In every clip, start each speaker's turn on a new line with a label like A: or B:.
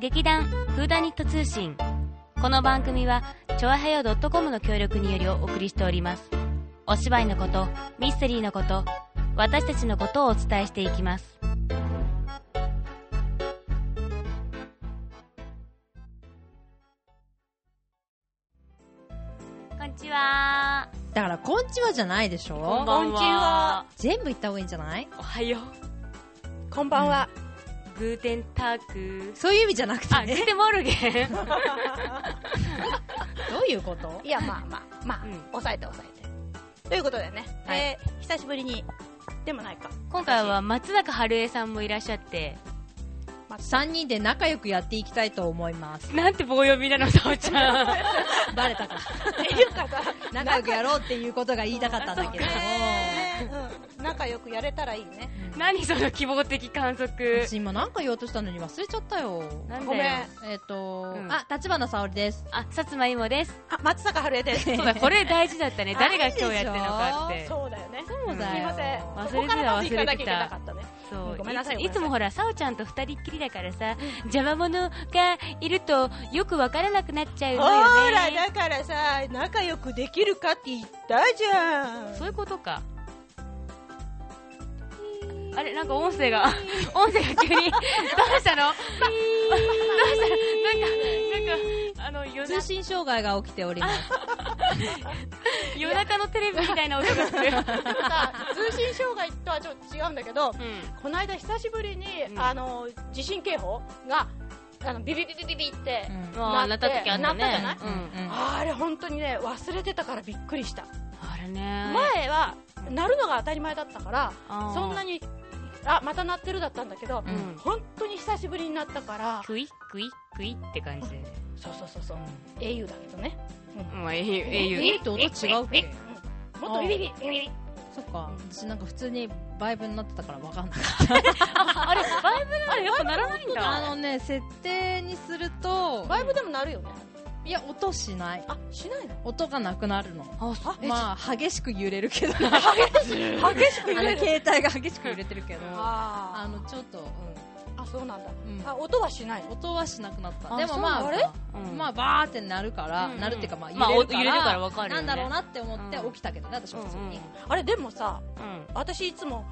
A: 劇団フーダニット通信この番組はチョアヘヨ .com の協力によりお送りしておりますお芝居のことミステリーのこと私たちのことをお伝えしていきますこんにちは
B: だから、こんちはじゃないでし
A: こん
B: ょ
A: ばん
C: こんちは
A: は
B: 全部言った方がいいんじゃない
A: おはよ
C: こんばんは。
A: うグーテンターク
B: そういう意味じゃなくて
A: あ、グ
B: ね。
A: ーテンモル ゲン
B: どういうこと
C: いや、まあまあ、まあ、
A: うん
C: 抑えて抑えて。ということでね、
A: はい
C: えー久しぶりに、でもないか。
A: 今回は松坂春江さんもいらっしゃって
B: 3人で仲良くやっていきたいと思います。
A: なんて棒読みなのさおちゃん
B: バレたか。
C: 私、っていうかさ、
B: 仲良くやろうっていうことが言いたかったんだけども。
C: ねうん、仲良くやれたらいいね。
A: 何その希望的観測
B: 私今なんか言おうとしたのに忘れちゃったよ。
A: なん
C: ごめん
A: だよ。
B: えっと
A: う、ん
B: あ、立花沙織です。
A: あ、さつまいもです。
C: あ、松坂春江です。
A: そうだ、これ大事だったね。
B: あ
A: 誰が今日やってるのかって。
C: そうだよね。す
B: そうだ
C: い
B: よ。
C: ませ
A: 忘れ
C: ん。
A: てた
C: そこからまず行かなきゃいけなかったね。
A: そう。
C: ごめんなさい
A: いついつもほら、さおちゃんと二人っきりだからさ、邪魔者がいるとよくわからなくなっちゃう
C: ほ
A: のよ
C: ら、
A: ね。
C: だからさ、仲良くできるかって言ったじゃん。
A: そういうことか。あれ、なんか音声 が、音声が急 に、どうしたのどう したのなんか、なんか、あの、夜
B: 通
A: な
B: 信障害が起きております。
A: 夜中のテレビみたいな音 がする。
C: なんか通信障害とはちょっと違うんだけど、
A: うん。
C: この間久しぶりに、
A: うん
C: あの地震警報があのビビビビビビって、
B: うん
A: まあ、な
C: な
A: っ
C: ったて
A: 時あったね。
C: なったじ
B: う
A: うん
B: んうん
C: あれ本当にね忘れてたからびっくりした、
A: あれね。
C: 前は鳴るのが当たり前だったからそんな
A: に。
C: にあまた鳴ってるだったんだけど、
A: うん。
C: 本当に久しぶりになったから
A: クイックイックイって感じで。
C: そうそうそうそう英雄だけどね、
A: まあ、英雄、英雄。
B: えっと音違うっけ
C: うん、もっとビビビビビビ
B: そっか。私なんか普通にバイブになってたからわかんない。
A: あれ、バイブルあれ、やっぱならないんだ。
B: あのね、設定にすると、
C: バイブでも鳴るよね
B: いや、音しない。
C: あしないの
B: 音がなくなるの。
A: あ、そ
B: まあ、激しく揺れるけど、あ
C: 激しく
B: の
C: 揺れる
B: 携帯が激しく揺れてるけど、あ
C: あ
B: の、ちょっと、う
C: ーあそうなん
B: ん
C: だ、あ音はしない
B: ん、音はしなくなった。
A: あ
B: でもま
C: そう
B: あ、
C: あれ
A: うん
B: まあ、バーってなるから、
A: うん
B: なるっていうか、まあ、
A: まあ
B: 揺れるか
A: お
B: ら、
A: 揺れるからわかるよ
B: な
A: ね
B: んだろうなって思って
A: うん
B: 起きたけどね、私は普通に。
C: あれでもさ
A: うん。
C: 私いつも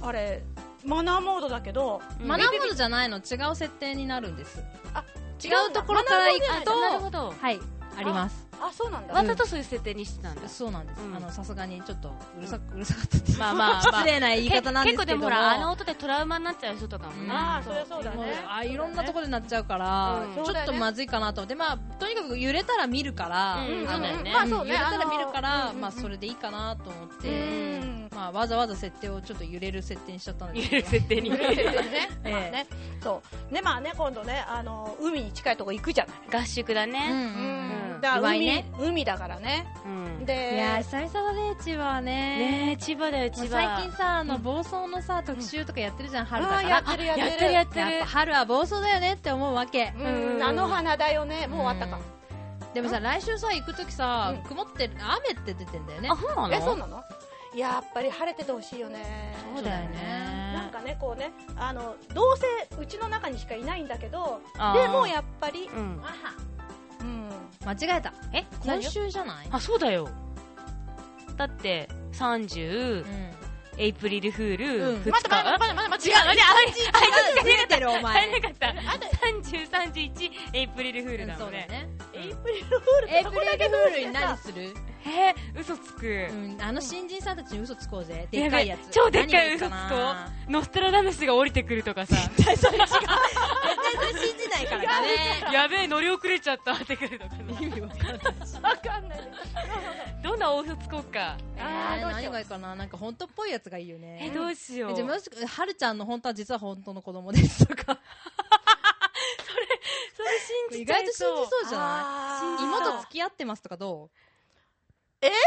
C: あれマナーモードだけど
A: うん
B: マナーモードじゃないの、違う設定になるんです。
C: あ
B: 違うところから行くと、
A: なるほど。
B: はい、あります。
C: あそうなんだ
A: わざとそういう設定にしてたんだ。
B: そうなんです。
A: うん
B: あの、さすがにちょっと、うるさく、うるさかったっていう
A: まあまあまあ
B: 失礼な言い方なんで
A: 結
B: すけども。
A: 構でもほら、あの音でトラウマになっちゃう人とかもね。
C: ああそりゃそうだ
B: もう
C: ね
B: あいろんなところになっちゃうから、
A: うん
B: ち
C: そう
B: ょ
C: だ
B: っと
C: よね
B: まずいかなと思って、まあ、とにかく揺れたら見るから、
A: うん
B: あ
A: そうだよ
B: の
A: ね
B: まあ
C: そう
B: 揺
C: ね
B: れた
C: あ
B: ら
C: の
B: 見るから、
C: うんうん
B: まあ、それでいいかなと思っ
C: う
B: て、
C: ん
B: まあ、わざわざ設定をちょっと揺れる設定にしちゃったんで
A: 言
B: す
A: え
B: け
A: る
B: ど、
A: 設定に。
C: ね
B: ええ
C: まあねそうねまあね今度ねあの海に近いとこ行くじゃない
A: 合宿だ
B: うんう
A: ね。
B: ん
A: うん
C: だか
B: 祝
C: ら
B: い
C: 海
B: ね
C: 海だからね
A: うん。
B: うん、いやー
C: で
B: 久々だね千葉
A: ね
B: ね
A: え、千葉だよ、
B: もう
A: 千葉。
B: 最近さあの暴走のさ特集とかやってるじゃん、春だか
C: あー
B: ら
C: やってるやっ
A: やって
C: て
A: るや
C: る
A: って
B: やっぱ
A: る。
B: 春は暴走だよねって思うわけ、
A: うん
C: うん菜の花だよねもう終わったか
B: うんでもさ来週さ行く時さ、
C: うん
B: 曇ってる雨って出てんだよね
A: あ、そうなの
C: えそうなのやっぱり晴れててほしいよね
B: そうだよね
C: なんかねこうねあのどうせうちの中にしかいないんだけど
A: あー
C: でもやっぱり
A: うん。
C: うん
B: 間違えた
A: え
B: 今週じゃない
A: あ、そうだよ。だって、30、エイプリルフー
B: う
A: ル、2
B: ん
A: 日。
C: 待って待って待って待って
A: 違う、
C: 待って
A: 待って、あれ、あれ、
B: ずれてるお
A: 入
B: 前
A: れなかった。30、31、エイプリルフールだもんね。
C: エイプリルフール
B: エイ
C: そ
B: プ
C: こだ
B: リ
C: け
B: ルフールに
C: どう
B: 何
C: して
B: する
A: へえ、嘘つく
B: う。んあの新人さんたちに嘘つこうぜでっかいや
A: べ
B: つ
A: 超でっかい
B: 何
A: 嘘
B: が
A: つこ
B: かな
A: う。ノストラダムスが降りてくるとかさ。
B: 絶対それ違う絶対それ信じないからだね
A: やべえ、乗り遅れちゃったってくるとかさ。
B: 意味わかんない
C: さわかんないね
A: どんな大嘘つこうか。
C: あー
B: えー
C: どうしよ
B: 何
C: う
B: がいいかななんか本当っぽいやつがいいよ
A: え、
B: ね
A: どうしよう。
B: えじゃあ
A: それ
B: もしはるちゃんの本当は実は本当の子供ですとか
A: 信
B: 意
A: じちゃ
B: 外
A: い
B: と信じ
A: そう。
B: そうじゃない
C: あー
B: 今と付き合ってますとかど
A: え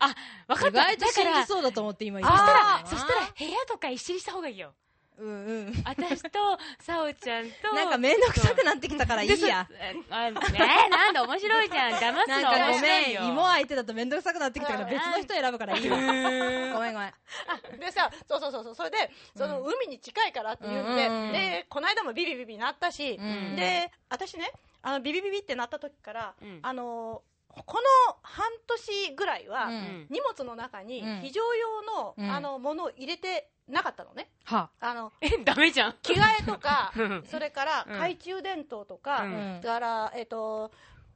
A: あ、わ
B: う
A: か
B: 意
A: った。だ
B: 外と信
A: から
B: じ、そうだと思って今
A: そ
B: 言
A: し
B: ったた
A: ら
B: ん、だ
A: そ
B: よな
A: したら部屋とか一緒にした方がいいよ。
B: うんうん。
A: 私と、 さおちゃんと、
B: なんかめんどくさくなってきたからいい
A: で
B: や。
A: そあえなんだ、面白い じゃん。騙す
B: なん
A: の
B: か
A: 面
B: ご
A: 白い
B: め
A: よ。
B: ん、芋相手だとめんどくさくなってきたから別の人選ぶからいいわ。ごめんごめん。
C: でさそうそうそうそうそれでその海に近いからっていうんで、
B: うんうんうん
C: でこの間もビビビビ鳴ったし、
B: うん
C: で私ねあのビビビビって鳴った時から、
A: うん
C: あのこの半年ぐらいは、
B: うん
A: うん
C: 荷物の中に
B: うん
C: 非常用の、
B: うん
C: あのものを入れてなかったのね
B: は
C: あの
A: え、ダメじゃん。
C: 着替えとか
A: うん
C: それから
A: うん
C: 懐中電灯と
A: う
C: か、
A: ん
C: だからえっ、と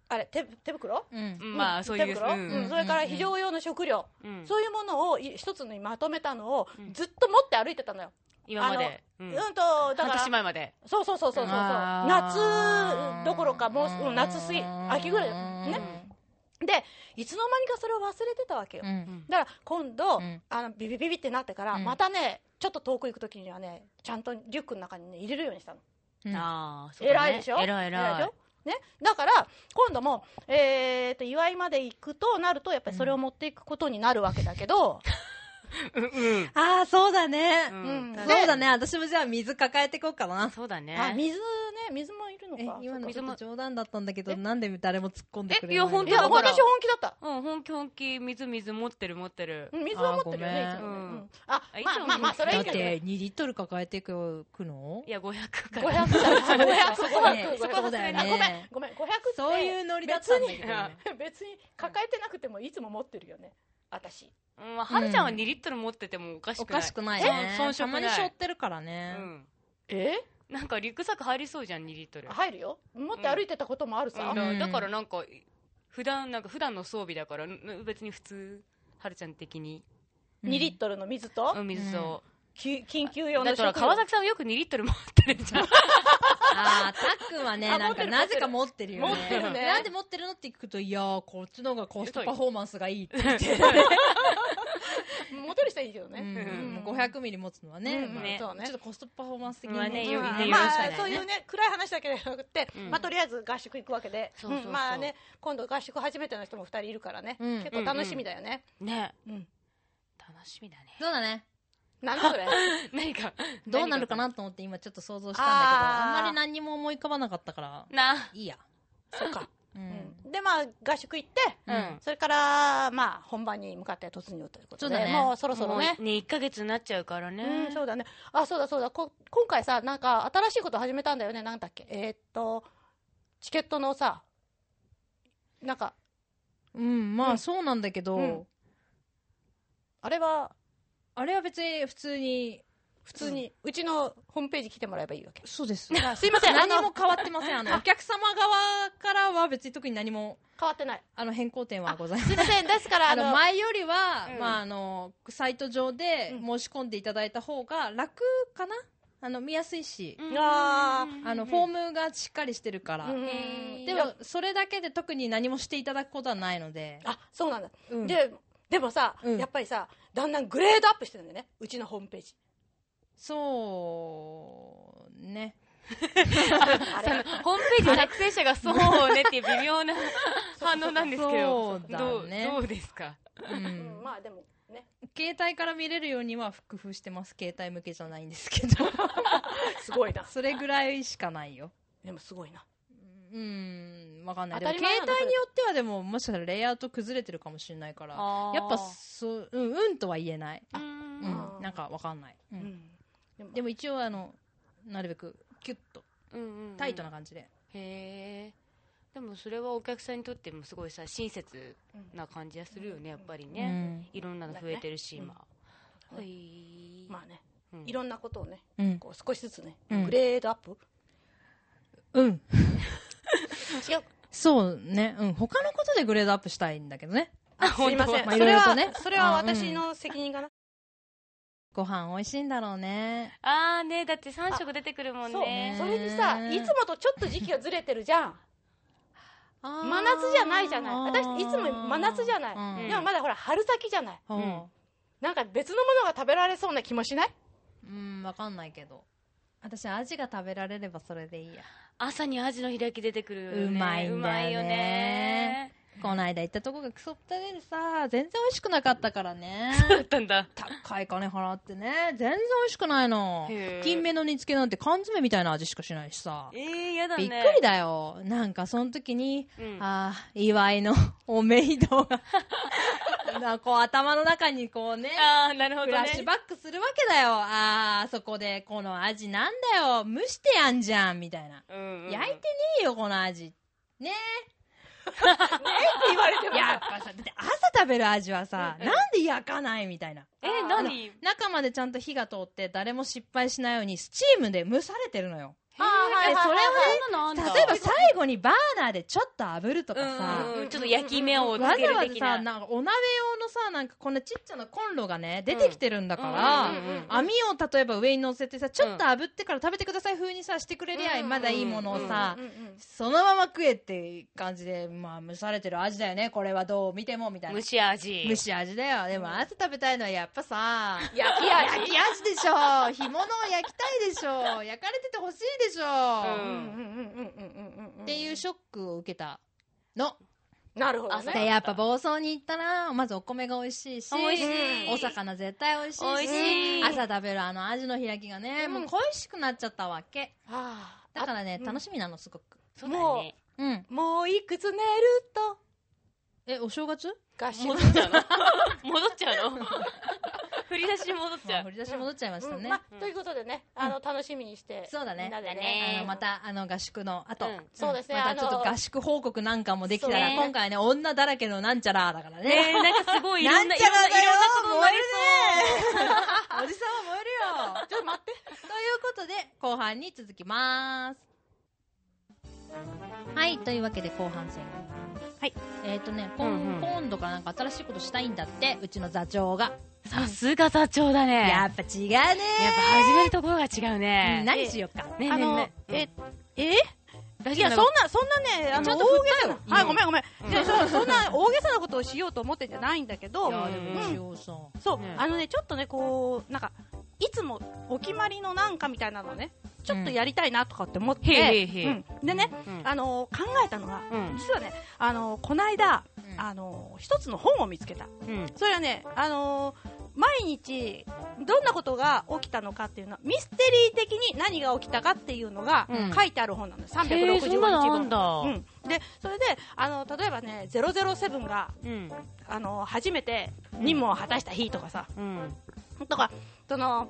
C: あれ手手袋
B: うん
A: うんまあ、そうい
C: 手
A: う。
C: 袋、
A: うん
C: うんそれから非常用の食料、
A: うん
C: そういうものをい一つにまとめたのを
A: うん
C: ずっと持って歩いてたのよ。
A: 今まで。う
C: うんん、と、
A: 半
C: だから
A: 年、前まで。
C: そうそうそうそうそうそう、
B: あー
C: 夏どころか、もう、うん夏過ぎ、秋ぐらいだよね。で、いつの間にかそれを忘れてたわけよ。
B: うんうん
C: だから、今度、
B: うん
C: あの、ビビビビってなってから、
B: うん
C: またね、ちょっと遠く行くときにはね、ちゃんとリュックの中にね、入れるようにしたの。
B: うん
A: ああ、そうだね
C: 偉いでしょ
A: 偉い偉い
C: でしょ。ね、だから、今度も、えー、と、祝いまで行くとなると、やっぱりそれを持っていくことになるわけだけど、
A: うんうん
B: ああ、そうだね。
A: う
C: うんん。
B: そ
C: で
B: うだね。私もじゃあ水抱えてこうかな。
A: そうだね。
C: あ、水ね、水もいるの
B: え
C: か。
B: 今の
A: そ
B: ち
A: っ
B: ょ
A: か
B: っと冗談だったんだけど、
C: え
B: なんで誰も突っ込んでくれない
A: えいや本
C: い
A: 当
C: や、
A: だから
C: 私本気だった。
A: うん、本気本気、水水持ってる持ってる。
C: うん水は持ってるよね、
B: あー
C: いつ
A: ごめ
C: もね
A: ん
C: うん。あ
A: あい、つ
C: ま
A: も
C: あまあまあ、それ
B: だ
C: い
B: っ
C: いけど
B: て
C: ね。
B: 2リットル抱えてくの
A: いや、500か
C: 500
A: ら。
C: だね。500、
B: そうだね
C: 500、
B: そういうことだよね
C: あごめん、ごめん、500って。
B: そういうノリだったんだけど、ね。
C: 別に、 別に抱えてなくてもいつも持ってるよね、私。
A: うん、まあ、はるちゃんは2リットル持っててもおかし
B: お
A: くない。
B: かしくないね
A: え。遜
B: た
A: 色な
B: ま
A: い
B: に背負ってるからね。
A: うん。
C: え
A: なんかリュックサック入りそうじゃん、2リットル。
C: 入るよ。持って歩いてたこともあるさ
A: うん。だ
B: うん
A: だからなんか、普段、なんか普段の装備だから、ん別に普通、はるちゃん的に。
B: うん
C: 2リットルの水と
A: う、ん、水と。
C: き緊急用の
A: だ
C: 食
A: から
C: 料
A: 川崎さんはよく2リットル持ってるじゃん。
B: ああ、たっくんはね、
C: あ
B: なんか、なぜか持ってるよね。
C: 持ってるね
B: なんで持ってるのって聞くと、いやー、こっちの方がコストパフォーマンスがいいって言って。
C: 持てる人はいいけど
B: う
C: ね。
B: ん、500ミリ持つのはね,、
C: うん
A: ね
C: そう
B: ちょ
C: ね
B: っとコストパフォーマンス的
A: まあ
B: に
A: ね
B: ね。
A: よ
C: まあ
A: ね
C: ま
A: よろしく
C: あ
A: ね
C: そういうね暗い話だけじゃなくて、
A: うん
C: まあとりあえず合宿行くわけで
A: そうそうそう
C: うんまあね今度合宿初めての人も2人いるからね、
B: うん
C: 結構楽しみだよね、
A: ね。
C: うん
A: 楽しみだね。
B: そうだね。
C: なんだそれ
A: 何か、
B: どうなるか
A: 何
B: なと思って今ちょっと想像したんだけど、
C: あー
B: あんまり何にも思い浮かばなかったから、
A: な。
B: いいや。
C: そうか、
B: う。
C: うんん、でまあ合宿行って
A: うん。
C: それから、まあ、本番に向かって突入ということで、
B: そうだね
C: もうそろそろね
A: も。うね、1ヶ月になっちゃうからね。
C: うん、そうだね。あ、そうだそうだ。こ今回さ、なんか新しいこと始めたんだよね。なんだっけ。えーっと、チケットのさ、なんか、
B: うん、まあそうなんだけど、
C: うんあれは、
B: あれは別に普通に、
C: 普通に、うちのホームページ来てもらえばいいわけ。
B: そうです。
C: あすいません、あ
B: 何
C: の
B: も、変わってません。あの、お客様側からは別に特に何も、
C: 変わってない。
B: あの、変更点はございません
C: すいません、ですから、
B: あ
C: あの、
B: の前よりは、
A: うん
B: まあ、あのサイト上で
C: うん
B: 申し込んでいただいた方が楽かなあの見やすいし、
A: うん
C: あ
B: あのフォームがしっかりしてるから、
C: うん
B: で
C: いや
B: もそれだけで特に何もしていただくことはないので、
C: あ、そうなんだ。
B: うん
C: で、でもさ、
B: うん
C: やっぱりさ、だんだんグレードアップしてるんだよね。うちのホームページ。
B: そうね
C: あれ
A: そのホームページ作成者がそうねっていう微妙な反応なんですけど、
B: そうだ
A: どう
B: ね
A: どうですか
B: う
C: うん ん、まあでも、ね。
B: 携帯から見れるようには工夫してます携帯向けじゃないんです けど
C: すごいな。
B: それぐらいしかないよ
C: でもすごいな。
B: うんわかんないで
C: 当
B: も
C: たり
B: 携
C: 前なの
B: 帯によってはでももしかしたらレイアウト崩れてるかもしれないからやっぱそう、うん、うんとは言えない。
A: う
B: うんん、なんかわかんない。う、
C: うんん。でも
B: でも一応あの、なるべく、キュッと、
A: うんうん
B: タイトな感じで。
A: へえでもそれはお客さんにとってもすごいさ親切な感じがするよねやっぱりね、いろんなの増えてるし
C: うん
A: 今、はい
C: まあね、
A: うん
C: いろんなことをね、
B: うん。
C: こう少しずつね、
B: うん
C: グレードアップ、
B: うん。
C: 違う、
B: そうね。うん。他のことでグレードアップしたいんだけどね。
C: あすいません、
B: まあ
C: それ
B: いろ
C: は、
B: いろとね
C: それは私の責任かな、
B: ご飯美味しいんだろうね。
A: ああねだって3色出てくるもん
C: そう、
A: ね
C: それにさ、
B: ね
C: いつもとちょっと時期がずれてるじゃん、真夏じゃないじゃない私いつも真夏じゃない
A: うん
C: でもまだほら、春先じゃない、
B: うん。うん
C: なんか別のものが食べられそうな気もしない
B: うん、わかんないけど。私、アジが食べられればそれでいいや。
A: 朝にアジの開き出てくるよね
B: うまいんだよね
A: うまいよね
B: この間行ったとこがクソったれでさ全然美味しくなかったからね
A: だったんだ。
B: 高い金払ってね全然美味しくないの
A: へえ
B: 金目の煮付けなんて缶詰みたいな味しかしないしさ、
A: えー、やだね。
B: びっくりだよなんかその時に、
A: うん
B: ああ祝いの おめいどがなこう頭の中にこうね
A: ああ、なるほ
B: フ
A: ど
B: ラッシュ
A: ね。
B: バックするわけだよああそこでこの味なんだよ蒸してやんじゃんみたいな
A: うんうんうん
B: 焼いてねえよこの味 ね
A: 言われて
B: え やっぱさだって朝食べる味はさ
A: うんうん
B: なんで焼かないみたいな
A: えー、何
B: 中までちゃんと火が通って誰も失敗しないようにスチームで蒸されてるのよ
D: あー
A: へー
B: それはね
A: そんなのあん
B: 例
A: だ
B: えば最後にバーナーでちょっと炙るとか
A: うん
B: さ
A: うんうんちょっと焼き目をつ
B: わ
A: け
B: ざ
A: る
B: わざ
A: 的
B: さ
A: な。
B: なんかお鍋用のさなんかこんなちっちゃなコンロがね出てきてるんだから、
A: うんうんうんうん
B: 網を例えば上に乗せてさちょっと炙ってから食べてください風にさしてくれりゃまだいいものをさ、
D: うんうんうん
B: そのまま食えって感じで、まあ、蒸されてる味だよね。これはどう見ても、みたいな
A: 蒸。し味。
B: 蒸し味だよ。でも、朝食べたいのはやっぱさ、
A: 焼き味。
B: 焼き味でしょ。干物を焼きたいでしょ。焼かれててほしいでしょ。
D: うん
A: うん
D: うんうんうんうんうんうん
B: っていうショックを受けたの。
D: なるほど
A: 朝
B: で、
D: ね
B: やっぱ房総に行ったら、まずお米が美味しいし、
A: 美味しい。
B: お魚絶対美味しいし、
A: 美味しい
B: 朝食べるあのアジの開きがね、
D: うん
B: もう恋しくなっちゃったわけ。
D: あー
B: だからね
D: あ、
B: 楽しみなの、すごく。
A: そうだね。
B: うん。
D: もういくつ寝ると
B: え、お正月
D: 合唱
A: 戻っちゃうの 戻っちゃうの 振り出しに戻っち
B: ま
A: ゃ
B: あ
A: う
B: 振。り出しに戻っちゃいました
D: うん
B: ね
D: ま。あということでねあの楽しみにして
B: そうだね
D: みんなで
A: だね
B: あのまたあの合宿の後、
A: うん
B: ん
D: そうですね
B: ま
D: あ
B: た
D: の
B: ちょっと合宿報告なんかもできた
D: そう
B: ら、
A: ね
B: 今回ね女だらけのなんちゃらだからね
A: ねえ、なんかすごいいろんな、
B: ないん
A: ろ
B: ち
A: ん
B: ゃ
A: な
B: らだよ
A: ことになり
B: おじさんは燃えるよ
D: ちょっと待って
B: ということで後半に続きますはいというわけで後半戦
A: はい
B: えっ、とね今,、
A: うんうん
B: 今度からなんか新しいことしたいんだってうちの座長が、
A: そう。さすが座長だね。
B: や
A: やっ
B: っぱ違うねやっ
A: ぱ始めるところが違うね。
B: 何しよっか、
A: ね
C: あの、え
A: え、、
C: え
A: 大
C: い
A: 丈夫
C: や、
A: な
C: そん
A: の
C: な、そんなね、あ
B: ちょ
C: の、
B: っ
C: 大
B: と振
C: げ
B: ったよ
C: さ、あ、ごめんごめん。
A: うん
C: でそそんな大げさなことをしようと思ってんじゃないんだけど、
A: いや
B: でも
A: うん
B: 一応さ、
C: そう
A: ね、
C: あのね、ちょっとね、こう、なんか、いつもお決まりのなんかみたいなのをね、ちょっとやりたいなとかって思っ
A: うんへい
C: て、
A: へいへい
C: うんでね、
A: うん
C: あの、考えたのが、
A: うん
C: 実はね、あの、こないだ、
B: うん
C: あの、一つの本を見つけた。
A: うん。
C: それはね、あのー毎日どんなことが起きたのかっていうのはミステリー的に何が起きたかっていうのが
B: うん
C: 書いてある本なのよ、
A: へ
C: 365
A: え
C: 日
A: そんなのあん
C: 分。
A: だ。
C: うん、でそれであの例えばね007が、
A: うん。
C: あの初めて任務を果たした日とかさ
A: うん。
C: とかその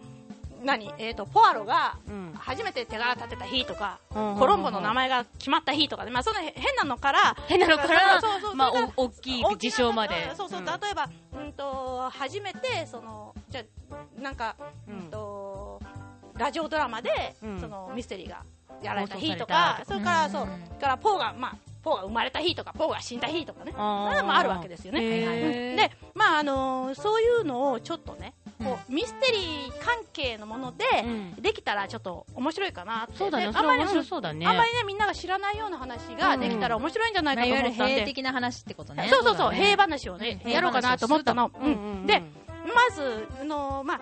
C: 何、えー、とポアロが
A: うん。
C: 初めて手柄立てた日とか、
A: うん
C: コロンボの名前が決まった日とかね、まあ、その変なのから
A: 変なのから
C: そうそうそう、
A: まあ
C: それが、
A: お大きい事象まで
C: うん。そうそう、
A: ん
C: 例えば、うんと、初めて、その、じゃあ、なんか、
A: う
C: うん
A: ん
C: と、ラジオドラマで、
A: うん
C: そのミステリーがやられた
A: 放
C: 日
A: 送さ
C: とか、
A: れたとか
C: それから、
B: うん
C: そう、だから、ポーが、まあ、ポーが生まれた日とか、ポーが死んだ日とかね、
A: あ
C: そういうのもあるわけですよね
A: ね
C: で、まあ、あのーそういうのをちょっとね、
B: うん
C: こう、ミステリー関係のもので、
A: うん
C: できたらちょっと面白いかなって。
A: そうだね。
C: で
A: そ
C: あん
A: れは
C: まり、
A: 面白
C: うん
A: そうだね。
C: あんまりね、みんなが知らないような話ができたら面白いんじゃない
B: まあ、
C: か
B: い
C: と
B: わゆる
C: 思ったん
B: 平
C: で、
B: 的な話ってことね
C: そうそう
A: そ
C: そうう、
A: だね
C: 平話をね、
B: うん
C: やろうかなと思ったの。
A: 平話をすると
C: うん
A: うん
C: で、まず、あのーまあ、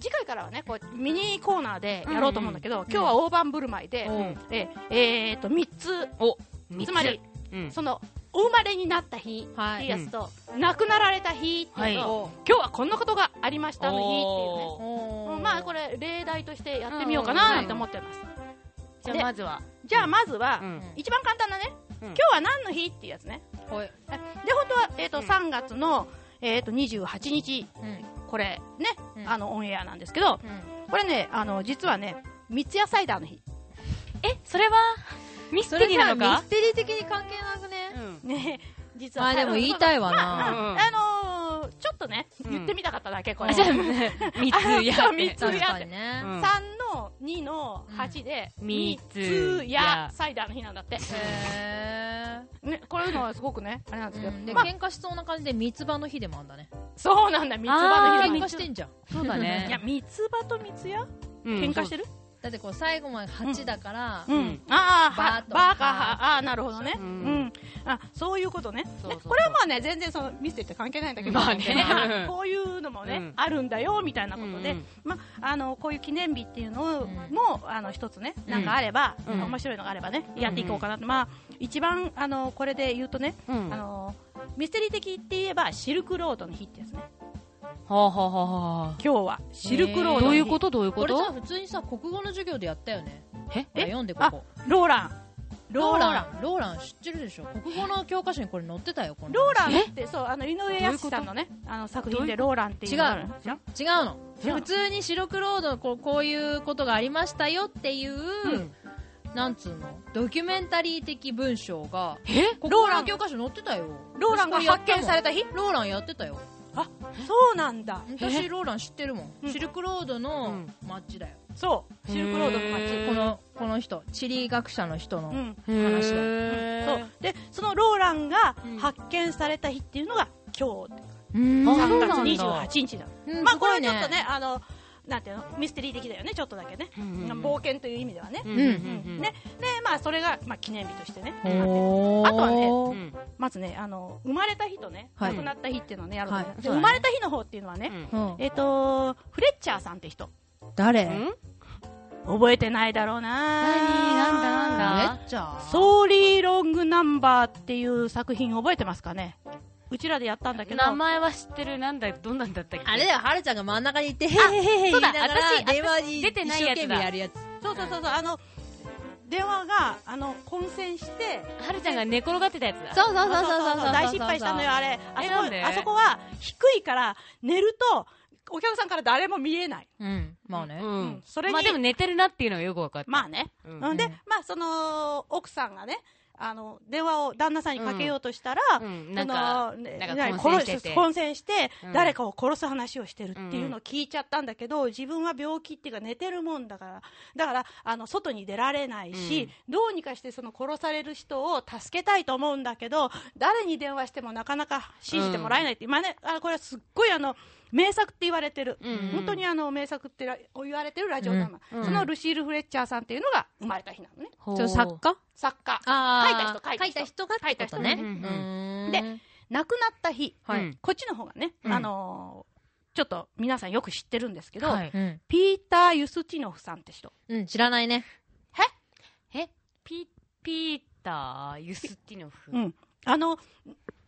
C: 次回からはね、こう、ミニコーナーでやろうと思うんだけど、今日は大盤振る舞いで、
A: うん
C: ええーと、3つ、
A: お、
C: つまり、
A: うん。
C: その、お生まれになった日っていうやつと、亡くなられた日っていうのと、
A: は
C: 今日はこんなことがありましたの日っていうね。
A: おー
C: う
B: お
C: んまあこれ例題としてやってみようかななんて思ってます、
A: じゃあまずは。
C: じゃあまずは、
A: うん
C: 一番簡単なね、
A: うん
C: 今日は何の日っていうやつね
B: ほい
C: で本当は、えーと
A: うん
C: 3月の、えー、と28日
B: うん
C: これね、
B: うん
C: あのオンエアなんですけどこれねあの実はね三ツ矢サイダーの日
A: え、それは、ミス
B: そ
A: テ
B: れ
A: リー
B: さ
A: なの
B: ミ
A: か
B: ステリー的に関係なくね
A: うん。
C: ね実
B: ま
C: は
B: あでも言いたいわ
C: まあ
B: な
C: まああのーちょっとね
A: うん
C: 言ってみたかっただけこれ、
A: あ、 じゃあ、三つや
C: そ
A: って。
C: う三 つ
B: 確
C: や
B: かにね
A: うん
C: 3の2の8で、
A: うん
C: 三ツ矢サイダーの日なんだって、
B: へ
C: ね、こういうのはすごくねあれなんですけど、
B: ーで
C: まあ、
B: 喧嘩しそうな感じで三つ葉の日でもあんだね
C: そうなんだ三つ葉の日
A: あ
C: な
A: ー
C: ん
B: 喧
C: だ
B: 嘩してんじゃん
A: そうだ
C: いや、
A: ね。
C: 三つ葉と三つ矢
A: うん
C: 喧嘩してる、
B: だってこう最後まで8だから、
C: うん
A: うん
C: ああ
B: バー
C: は
B: とか
C: バーかはああなるほどね、
A: う
C: うんんあそういうことね
A: そうそうそう
C: ねこれはまあね全然そのミステリーって関係ないんだけど、
A: まあね
C: はいこういうのもね、
A: うん
C: あるんだよみたいなことで、
A: うんうん
C: まあ、あのこういう記念日っていうのを
B: うん
C: も、あの一つねなんかあれば、
A: うん
C: 面白いのがあればね、やっていこうかなと、まあ、一番あのこれで言うとね、
A: うん
C: あのミステリー的って言えばシルクロードの日ってですね
A: はあはあはあは
C: 今日はシルクロードの
A: あ
C: 日
A: どういうことどういうこ
B: これさ
A: と
B: 普通にさ国語の授業でやったよね
A: え
B: あ読んでここ
C: ローラン
B: ローランローラン知ってるでしょ国語の教科書にこれ載ってたよこの
C: ローランってそうあの井上靖さんのねあの作品でローランっていうのがあるんですよ
B: 違うの普通に白黒ードこうこういうことがありましたよっていう、
A: うん
B: なんつうのドキュメンタリー的文章が
A: え
B: 国
C: ロー
B: 語
C: ラ
B: の
C: ン
B: 教科書載ってたよ
C: ローランが発見された日
B: ローランやってたよ
C: そうなんだ
B: 私ローラン知ってるもん、
C: うん
B: シルクロード
A: う
B: の
A: ん
B: マッチだよ、
C: そうシルクロードの街
A: へー
B: このこの人地理学者の人の、
C: うん
B: 話だ
A: へ
C: そ
A: ー
C: うでそのローランが
A: うん
C: 発見された日っていうのが今日
B: うん
A: あそう
C: 3
A: なんだ
C: 月28日だ
B: うん
C: まあ
B: す
C: こ
B: ご
C: れ
B: い
C: はちょっとねあのなんていうのミステリー的だよねちょっとだけね
A: うんうん
C: 冒険という意味ではね
A: うん
B: ん
A: うんう
B: うん
C: ねでまあそれがまあ記念日としてね
B: おー
C: あとはね
A: うん
C: まずねあの生まれた日とね
B: はい
C: 亡くなった日っていうのをねやるんだよ
B: は
C: で生まれた日の方っていうのはね
B: うん
C: えっとフレッチャーさんって人
B: 誰
A: うん
B: めっ
C: 覚えてないだろうな
A: 何なんだなんだ
B: ちゃ
C: ソーリーロングナンバーっていう作品覚えてますかねうちらでやったんだけど
A: 名前は知ってるなんだどんなんだったっけ
B: あれだよはるちゃんが真ん中にいてへーへーへー言いながら
A: そうだ私
B: 電話に
A: 出てないやつだ
B: 一生懸命やるやつ
C: そうそうそうそうあの電話があの混戦して
A: はるちゃんが寝転がってたやつだ
B: そうそうそうそうそう
C: 大失敗したのよあれあ
A: え
C: そ
A: なんで
C: こあそこは低いから寝るとお客さんから誰も見えない、
B: うんまあね
A: うん
C: うんそれに
A: まあでも寝てるなっていうのはよく分かった
C: まあね、
A: うん
C: うん、で
B: うん
C: まあその奥さんがねあの電話を旦那さんにかけようとしたら、
A: うんなんか
C: そのね
A: なんか混戦してて
C: 殺し混戦して
A: うん
C: 誰かを殺す話をしてるっていうのを聞いちゃったんだけど、自分は病気っていうか寝てるもんだからだからあの外に出られないし、どうにかしてその殺される人を助けたいと思うんだけど誰に電話してもなかなか信じてもらえないって、今ねあこれはすっごいあの名作って言われてる、
A: うんうん
C: 本当にあの名作ってら言われてるラジオドラマ、
A: うんうん
C: そのルシール・フレッチャーさんっていうのが生まれた日なのね
A: ほう
B: ちょ作家
C: 作家
B: あー
C: 書いた人書いた人
B: がってこと
A: 書
B: ね
A: いた人が
B: うん
C: で亡くなった日、
A: はい
C: うんこっちの方がね、
A: うん
C: あのーちょっと皆さんよく知ってるんですけど、
A: はい
B: うん
C: ピーター・ユスチノフさんって人。
B: うん知らないね
A: えピピーター・ユスティノフ
C: うんあの、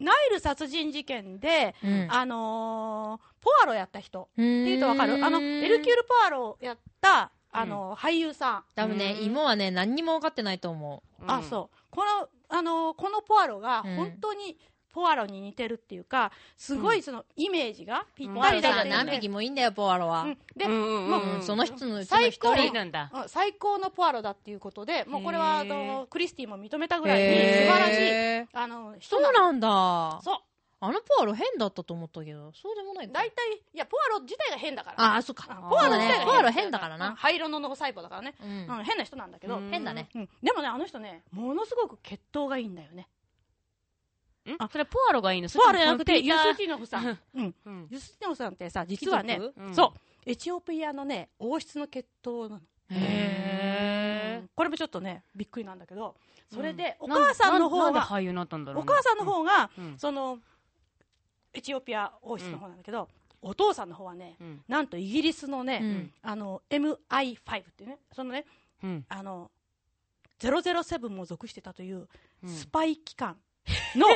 C: ナイル殺人事件で、
B: うん
C: あのーポアロやった人。
B: って
C: って
B: い
C: いうとわかるあの、エルキュール・ポアロやった、あのー俳優さん。
B: 多分ね
A: うん
B: 芋はね何にも分かってないと思
C: あ、そう。この、あのーこのポアロが
B: うん
C: 本当に、ポアロに似てるっていうか、すごいそのイメージがぴっ
B: う
C: た
B: ポア
C: り
B: ロ
C: だ
B: さ
C: っ
B: ん
C: て
B: 何匹もいいんだよポアロは
C: うん、で、
A: うんうんうん
C: も
A: うん
C: う、
B: その人のうちの
C: 最高
A: 一
B: 一
A: 人
B: 人
A: なんだ
C: うん最高のポアロだっていうことで、もうこれは
A: へ
C: あのクリスティも認めたぐ
B: ぐ
C: らいに素晴らしい
B: しい
C: あの人
B: そう
C: なの。
B: なんだあ
C: そう。
B: のポアロ変だったと思ったけどそうでもないか
C: 大体、いや、ポアロ自体が変だから。
B: ああそっか
C: うんポアロ自体が
B: ポアロ変だから
C: うん
B: な
C: 灰色の脳細胞だからね。
B: う
C: うんん、変な人なんだけど。
A: うん
B: 変だね
C: うんでもね、あの人ね、ものすごく血統がいいんだよね。
A: んそれポアロがいいの
C: ポアロじゃなくて、ユスティノフさん。うん。
A: うん
C: ユスティノフさんってさ、実はね
B: 貴、族
A: うん
C: そう。エチオピアのね、王室の血統なの。
A: へー
C: うんこれもちょっとね、びっくりなんだけど、それで、
A: う
C: お母さん
A: な
C: の方
A: んで
C: が、
A: 俳優になったんだろ
C: お
A: うね
C: 母さんの方が、
A: うん
C: そのエチオピア王室の方なんだけど、お父さんの方はね、
A: うん
C: なんとイギリスのね、
B: うん
C: あの MI5 っていうね、そのね、
A: うん
C: あの007も属してたという
A: うん
C: スパイ機関の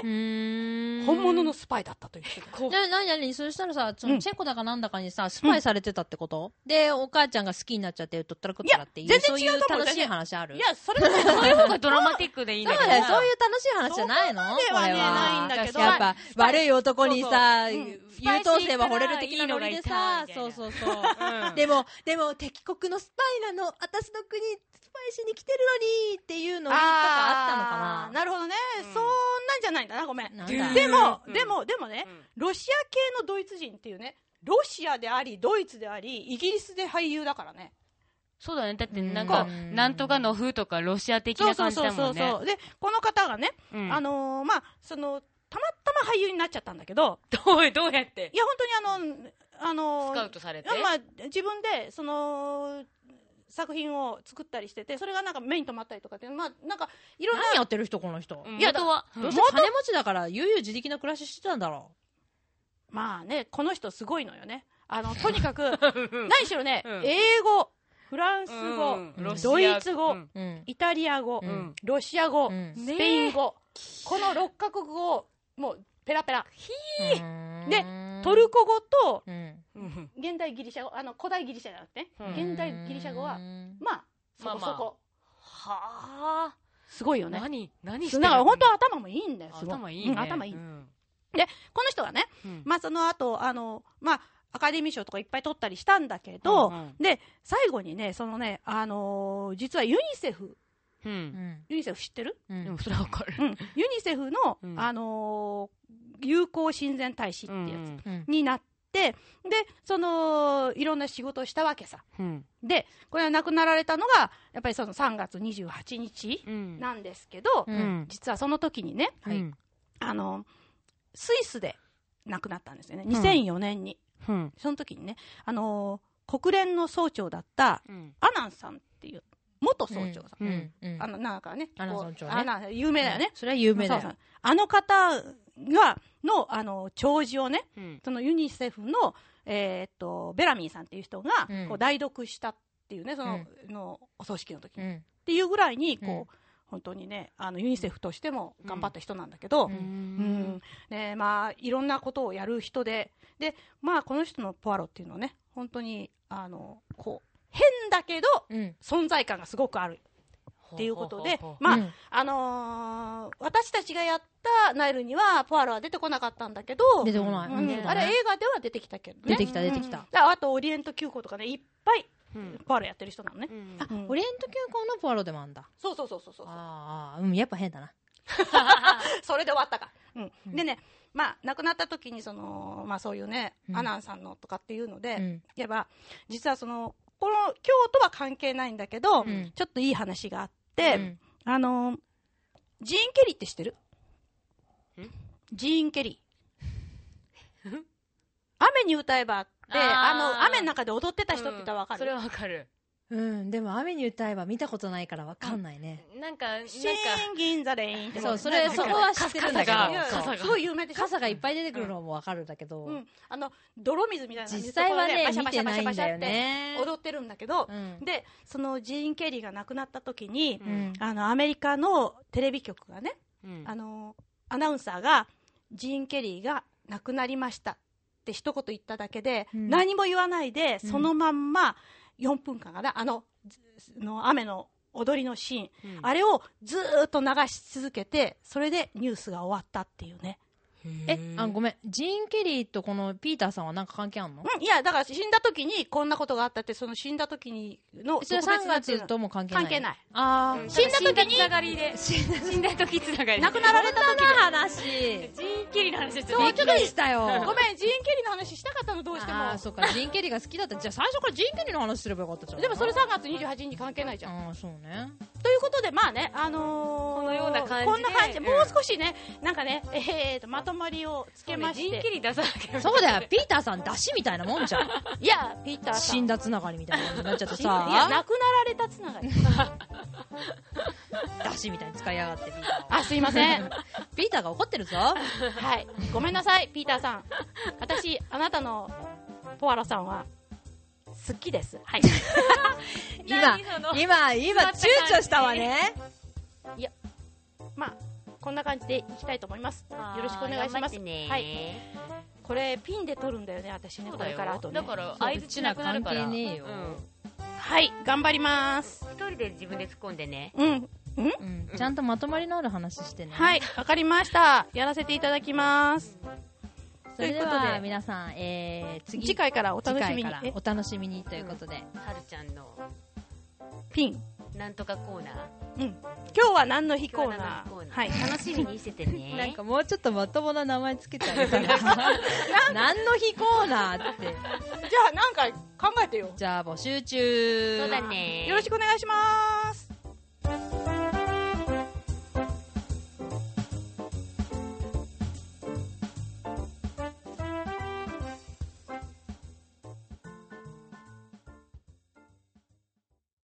C: 本
B: 本
C: 物のスパイだったという。こう
B: な、なになにそしたらさ、その
C: うん
B: チェコだかなんだかにさ、スパイされてたってこと、で、お母ちゃんが好きになっちゃって、とったらこったらっていう、
C: いや全然違うと
B: そうい
C: 思う
B: う楽しい話ある
C: いや、それも
A: そういう方がドラマティックでいいん
B: そ
A: だ
B: う
A: けど
B: だよ、そういう楽しい話じゃないの
C: そこまではね
B: これは
C: ないんだけど
B: やっぱ、悪い男にさ、
C: そうそううん
B: 優等生は惚れる的なノリでさ、
A: スパイシーからいいのがいたみたいな
B: そうそうそう。
A: うん
B: でも、でも、敵国のスパイなの、私の国、スパイしに来てるのに、っていうのとかあったのかな
C: なるほどね、
A: うん
C: そんなんじゃないんだな、ごめん。
B: なんだ
C: でも、
A: うん
C: でも、でもね、ロシア系のドイツ人っていうね、ロシアであり、ドイツであり、イギリスで俳優だからね。
A: そうだねだってなんか
B: こう
A: なんとかの風とかロシア的
C: そう
A: な
C: そ
A: 感
C: う
A: じ
C: そう
A: だ
C: そ
A: も
C: うん
A: ね
C: そう。で、この方がね、
A: うん
C: あのーまあ、その、たまたま俳優になっちゃったんだけど、
A: どうどうやって
C: いや、本当にあの、あのー
A: スカウトされて
C: まあ、自分で、その、作品を作ったりしてて、それがなんか目に留まったりとかっていう、まあ、なんか、いろんな、
B: 何やってる人、この人。
A: うん
B: いや、だ
A: 元は、
B: どうせ金持ちだから、悠々自力の暮らししてたんだろ
C: まあね、この人すごいのよね。あの、と にかく、何しろね、
A: うん
C: 英語、フランス
A: うん
C: 語、
A: うんロシア
C: ドイツ語、
A: うん
B: う。うん。
C: イタリア語、
B: うん
C: ロシア語、
B: うん
C: スペイン語、この6カ国語を、もう、ペラペラ。でトルコ語と、
B: うん、
A: うん
C: 現代ギリシャ語、あの、古代ギリシャじゃなくてね、
A: うん
C: 現代ギリシャ語
B: う
C: は、
B: ん
C: まあ、そ
A: まあ
C: こ
A: ま
C: そ
A: あ
C: こ。
A: はあ
C: すごいよね。
A: 何何して
C: だ
A: る
C: から本当は頭もいいんだよ、すごい。
A: 頭いいね
C: うん頭いい。
A: うん
C: この人はね、
A: うん
C: まあその後、あの、まあ、アカデミー賞とかいっぱい取ったりしたんだけど、
A: うん
C: で、最後にね、そのね、あのー実はユニセフ、
A: う
B: うんん
C: ユニセフ知ってる、
B: う
A: うん
B: ん
A: でもそれはわかる
C: うん、ユニセフの、
A: うん
C: あのー友好親善大使って
A: う
C: や
A: ん
B: うん
C: つになって、で、その、いろんな仕事をしたわけさ。
A: うん
C: で、これは亡くなられたのが、やっぱりその3月28日
A: うん
C: なんですけど、
A: うん
C: 実はその時にね、
B: はい
A: うん
C: あの、スイスで亡くなったんですよね。2004年に。
A: うん
C: その時にね、あのー国連の総長だった
A: うん
C: アナンさんっていう、元総長さ
B: う
C: ん。
B: ん
A: う
B: うん
A: ん
B: うん
C: あの、なんかね、
B: アナ
C: こう
B: 総長ね
C: アナ有名だよね。
B: それは有名だ
C: そう
B: よ
C: そうあの方が、の、あの、弔辞をね、
A: うん
C: そのユニセフの、えーっと、ベラミーさんっていう人が、
B: うん
C: こう、代読したっていうね、その、の、お葬式の時
B: う
C: に。っ
B: ん
C: ていうぐらいに、こう、
B: うん
C: 本当にね、あの、ユニセフとしても頑張った人なんだけど、
B: う
A: うん
C: うん
A: ん
C: ねまあ、いろんなことをやる人で、で、まあ、この人のポアロっていうのはね、本当に、あの、こう、変だけど、
B: うん
C: 存在感がすごくあるっていうことで、まあ、
B: うん
C: あのー私たちがやったナイルには、ポアロは出てこなかったんだけど、
B: 出てこない
C: うん
A: 出てこ
C: あ
B: ない
C: れ映画では出てきたけどね。
B: 出てきた出てき
C: う
B: た
C: ん。だからあと、オリエント急行とかね、いっぱい、
A: うん
C: ポアロやってる人なのね。
A: うん
B: あ
C: うん
B: オリエント急行のポアロでもあんだ
C: そうそうそうそうそう。
B: ああうんやっぱ変だな
C: それで終わったか。うん
B: うん
C: でね、まあ、亡くなった時に、その、まあ、そういうね、
B: うん
C: アナンさんのとかっていうので、
B: うん
C: 言えば、実はその、この、今日とは関係ないんだけど、
B: うん
C: ちょっといい話があっ
B: う
C: て、
B: ん
C: あの、ジーン・ケリーって知ってる
A: ん
C: ジーン・ケリ ー。雨に歌えばって、あ
A: あー
C: の、雨の中で踊ってた人って言ったらわか
A: それ
C: る、
A: はわかる
B: うんでも雨に歌えば見たことないからわかんないね
A: なんかなんか
C: シーン・銀・ザ・レインって。
B: そうそれ
C: なん
B: そ
C: か
B: こは知ってるんだけ
A: 傘が
B: ど
A: 傘
B: そう
A: が
C: すごい有名でしょ
B: 傘がいっぱい出てくるのもわかるんだけど
C: うん、あの泥水みたいな
B: 実際はね
C: バシャ
B: 見
C: バシ
B: て
C: ャバ
B: な
C: シャ
B: い
C: バ
B: ん
C: シャ
B: だよ
C: って
B: ね
C: 踊ってるんだけど
B: う、ん
C: でそのジーン・ケリーが亡くなった時に、
B: うん
C: あのアメリカのテレビ局がね、
A: うん
C: あのアナウンサーがジーン・ケリーが亡くなりましたって一言言っただけで、
B: うん
C: 何も言わないで
B: うん
C: そのまんま4分間かなあのずの雨の踊りのシーン、
A: うん
C: あれをずーっと流し続けてそれでニュースが終わったっていうね
B: えあごめんジーン・ケリーとこのピーターさんはなんか関係あんの
C: うん、いや、だから死んだ時にこんなことがあったって、その死んだ時にの
B: それ
C: 特別
B: 3
C: なっていうの
B: 月とも関係ない
C: 関係ない。
B: あ
A: うん
B: あ
C: 死んだ
A: 死ん
C: 時に
A: だつながりで死んだ時つながり
C: 亡くなられた時に。
B: 話
A: ジーンキリの話ちょ
B: び
A: っ
B: っ
A: と
B: くりしたよ
C: ごめん、ジーン・ケリーの話したかったの、どうして
B: ああー
C: も。
B: そっかジーン・ケリーが好きだったじゃあ最初からジーン・ケリーの話すればよかったじゃん
C: でもそれ3月28日に関係ないじゃん。
B: ああそうね
C: ということで、まあね、あのー、
A: このような感じで
C: こんな感じで、
A: うん
C: もう少しね、なんかね、えーと、まとまりをつけまし
A: ジーンキ
C: て。
A: リ出さなきゃ
B: そうだよピーターさん出しみたいなもんじゃん
C: いや、ピーターさん。
B: 死んだつながりみたいな感じになっちゃって
C: 死んだいや、
B: さ
C: 亡くなられたつながり。
B: 出しみたいに使いやがってピータ
C: あ、すいません。
B: ーピーターが怒ってるぞ
C: はい。ごめんなさい、ピーターさん。私、あなたのポアロさんは、好きです。はい。
B: 今今今躊躇したわね
C: まあ、こんな感じでいきたいと思います。よろしくお願いします。はい。これ、ピンで撮るんだよね、私ね、
A: そう
C: こ
A: だ
C: れ
A: よ
C: からあとね。
A: だから相づちなくなるから
B: 関係ねえよ
A: うん
C: はい、頑張ります。
A: 一人で自分で突っ込んでね
C: うん。
B: うんちゃんとまとまりのある話してね
C: はい、わかりました。やらせていただきます。
B: それで
C: ということ
B: は
C: で
B: 皆さんえー次
C: 次回からお楽しみ
B: 次
C: に
B: 回か。ら
C: え
B: お楽しみにということで
A: はるちゃんの
C: ピン。
A: なんとかコーナー
C: うん。今日は何の日コー
A: 今
C: ナ
A: 日は何の日コー
C: ー。
A: ナー
C: はい。
A: 楽しみにしててね
B: なんかもうちょっとまともな名前つけてあげたら 何の日コーナーって
C: じゃあ、なんか考えてよ。
B: じゃあ募集中
A: そうだね
C: よろしくお願いします。